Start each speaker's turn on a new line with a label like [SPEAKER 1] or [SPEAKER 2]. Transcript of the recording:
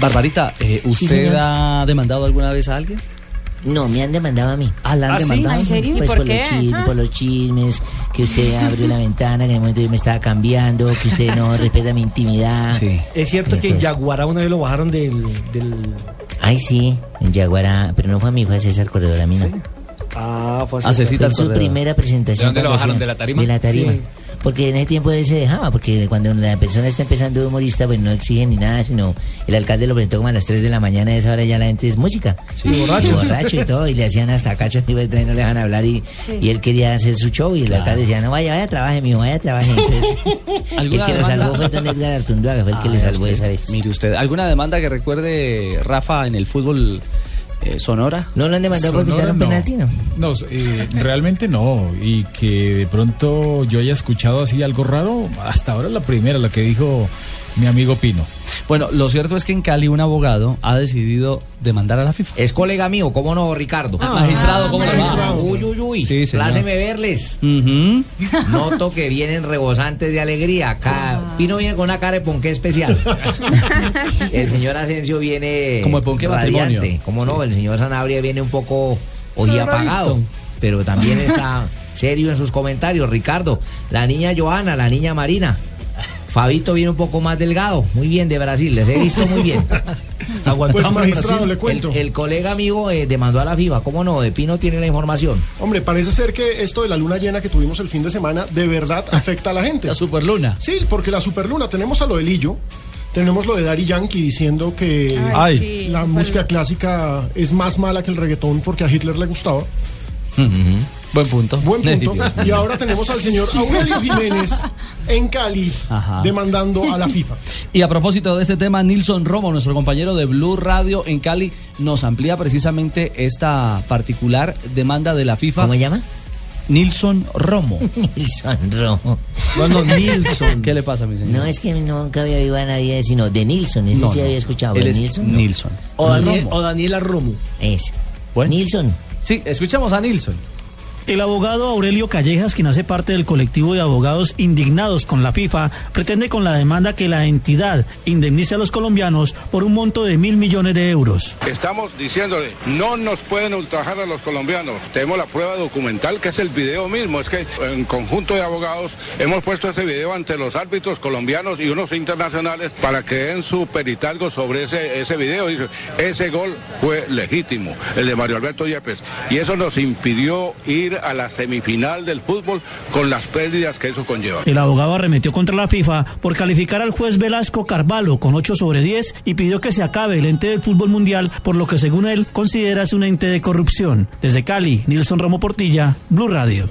[SPEAKER 1] Barbarita, eh,
[SPEAKER 2] Sí,
[SPEAKER 1] ¿usted
[SPEAKER 2] señor.
[SPEAKER 1] ha demandado alguna vez a alguien?
[SPEAKER 2] No, me han demandado a mí.
[SPEAKER 1] Ah, la han
[SPEAKER 3] ¿Ah, sí?
[SPEAKER 1] demandado.
[SPEAKER 3] ¿En serio?
[SPEAKER 2] Pues
[SPEAKER 3] ¿Y por
[SPEAKER 2] por,
[SPEAKER 3] qué?
[SPEAKER 2] Los chismes,
[SPEAKER 3] Ajá.
[SPEAKER 2] por los chismes, que usted abrió la ventana, que en el momento yo me estaba cambiando, que usted no respeta mi intimidad.
[SPEAKER 1] Sí.
[SPEAKER 4] Es cierto que en Yaguara una vez lo bajaron del. del...
[SPEAKER 2] Ay, sí, en Yaguara, pero no fue a mí, fue a César Corredor, a mí no.
[SPEAKER 4] Ah, fue
[SPEAKER 1] Ah, Ceci.
[SPEAKER 4] así.
[SPEAKER 2] Fue
[SPEAKER 1] Cita al
[SPEAKER 2] su
[SPEAKER 1] Corredor.
[SPEAKER 2] primera presentación.
[SPEAKER 5] ¿De dónde lo
[SPEAKER 2] cuando
[SPEAKER 5] bajaron?
[SPEAKER 2] hacía-
[SPEAKER 5] ¿De la tarima?
[SPEAKER 2] De la tarima.
[SPEAKER 4] Sí.
[SPEAKER 2] Porque en ese tiempo se dejaba, porque cuando la persona está empezando de humorista, pues no exigen ni nada, sino el alcalde lo presentó como a las 3 de la mañana, a esa hora ya la gente es música.
[SPEAKER 4] Sí, borracho.
[SPEAKER 2] Y borracho y todo, y le hacían hasta cachos, y no le dejan hablar, y, y él quería hacer su show, y el alcalde decía, no, vaya, vaya, trabaje, mijo, vaya, trabaje. Entonces, el
[SPEAKER 1] ¿Alguna
[SPEAKER 2] que lo
[SPEAKER 1] demanda?
[SPEAKER 2] salvó fue Don Edgar Artunduaga, fue el que
[SPEAKER 1] Ah,
[SPEAKER 2] le salvó
[SPEAKER 1] usted.
[SPEAKER 2] esa vez.
[SPEAKER 1] Mire usted, ¿alguna demanda que recuerde Rafa en el fútbol eh, Sonora?
[SPEAKER 2] ¿No lo han demandado por
[SPEAKER 5] Sonora,
[SPEAKER 2] pitar un
[SPEAKER 5] no.
[SPEAKER 2] penalti, no?
[SPEAKER 5] No, eh, realmente no. Y que de pronto yo haya escuchado así algo raro, hasta ahora la primera, la que dijo mi amigo Pino.
[SPEAKER 1] Bueno, lo cierto es que en Cali un abogado ha decidido demandar a la FIFA.
[SPEAKER 6] Es colega mío, ¿cómo no, Ricardo?
[SPEAKER 1] Ah, Magistrado, ¿cómo le va?
[SPEAKER 6] Magistrado. Uy, uy, uy.
[SPEAKER 1] Sí, señor.
[SPEAKER 6] Pláceme verles.
[SPEAKER 1] Ujú.
[SPEAKER 6] Noto que vienen rebosantes de alegría. Acá, Pino viene con una cara de ponqué especial. el señor Asensio viene.
[SPEAKER 1] Como de ponqué
[SPEAKER 6] radiante.
[SPEAKER 1] matrimonio.
[SPEAKER 6] ¿Cómo no? El señor Sanabria viene un poco ojí apagado. Pero también está serio en sus comentarios, Ricardo. La niña Joana, la niña Marina. Fabito viene un poco más delgado. Muy bien de Brasil, les he visto muy bien.
[SPEAKER 7] Pues
[SPEAKER 4] Aguantamos
[SPEAKER 7] magistrado,
[SPEAKER 4] Brasil.
[SPEAKER 7] le cuento.
[SPEAKER 6] El, el colega amigo eh, demandó a la FIFA. ¿Cómo no? De Pino tiene la información.
[SPEAKER 7] Hombre, parece ser que esto de la luna llena que tuvimos el fin de semana de verdad afecta a la gente.
[SPEAKER 1] La superluna.
[SPEAKER 7] Sí, porque la superluna, tenemos a lo de Lillo, tenemos lo de Daddy Yankee diciendo que
[SPEAKER 1] Ah.
[SPEAKER 3] Ay, sí,
[SPEAKER 7] la
[SPEAKER 3] por-
[SPEAKER 7] música clásica es más mala que el reggaetón porque a Hitler le gustaba.
[SPEAKER 1] Buen punto.
[SPEAKER 7] Buen punto.
[SPEAKER 1] Dios mío.
[SPEAKER 7] Y ahora tenemos al señor Aurelio Jiménez en Cali
[SPEAKER 1] Ajá.
[SPEAKER 7] demandando a la FIFA.
[SPEAKER 1] Y a propósito de este tema, Nilson Romo, nuestro compañero de Blue Radio en Cali, nos amplía precisamente esta particular demanda de la FIFA.
[SPEAKER 2] ¿Cómo se llama?
[SPEAKER 1] Nilson Romo.
[SPEAKER 2] El sonrojo.
[SPEAKER 1] Bueno, Nilson. ¿Qué le pasa, mi señor?
[SPEAKER 2] No, es que nunca había oído a nadie, sino de Nilsson, ese
[SPEAKER 1] No,
[SPEAKER 2] sí
[SPEAKER 1] no.
[SPEAKER 2] había escuchado.
[SPEAKER 1] Él
[SPEAKER 2] ¿de
[SPEAKER 1] es
[SPEAKER 2] Nilsson? No.
[SPEAKER 1] Nilsson.
[SPEAKER 4] O, Daniel-
[SPEAKER 1] Romo.
[SPEAKER 4] o Daniela Romo.
[SPEAKER 2] Es.
[SPEAKER 1] Bueno.
[SPEAKER 2] Nilsson.
[SPEAKER 1] Sí, escuchamos a Nilsson.
[SPEAKER 8] El abogado Aurelio Callejas, quien hace parte del colectivo de abogados indignados con la FIFA, pretende con la demanda que la entidad indemnice a los colombianos por un monto de mil millones de euros.
[SPEAKER 9] Estamos diciéndole, no nos pueden ultrajar a los colombianos. Tenemos la prueba documental que es el video mismo. Es que eh, en conjunto de abogados hemos puesto ese video ante los árbitros colombianos y unos internacionales para que den su peritalgo sobre ese, ese video. Dice, ese gol fue legítimo, el de Mario Alberto Yepes. Y eso nos impidió ir a la semifinal del fútbol con las pérdidas que eso conlleva.
[SPEAKER 8] El abogado arremetió contra la FIFA por calificar al juez Velasco Carvalho con 8 sobre 10 y pidió que se acabe el ente del fútbol mundial por lo que según él considera es un ente de corrupción. Desde Cali, Nilson Ramo Portilla, Blue Radio.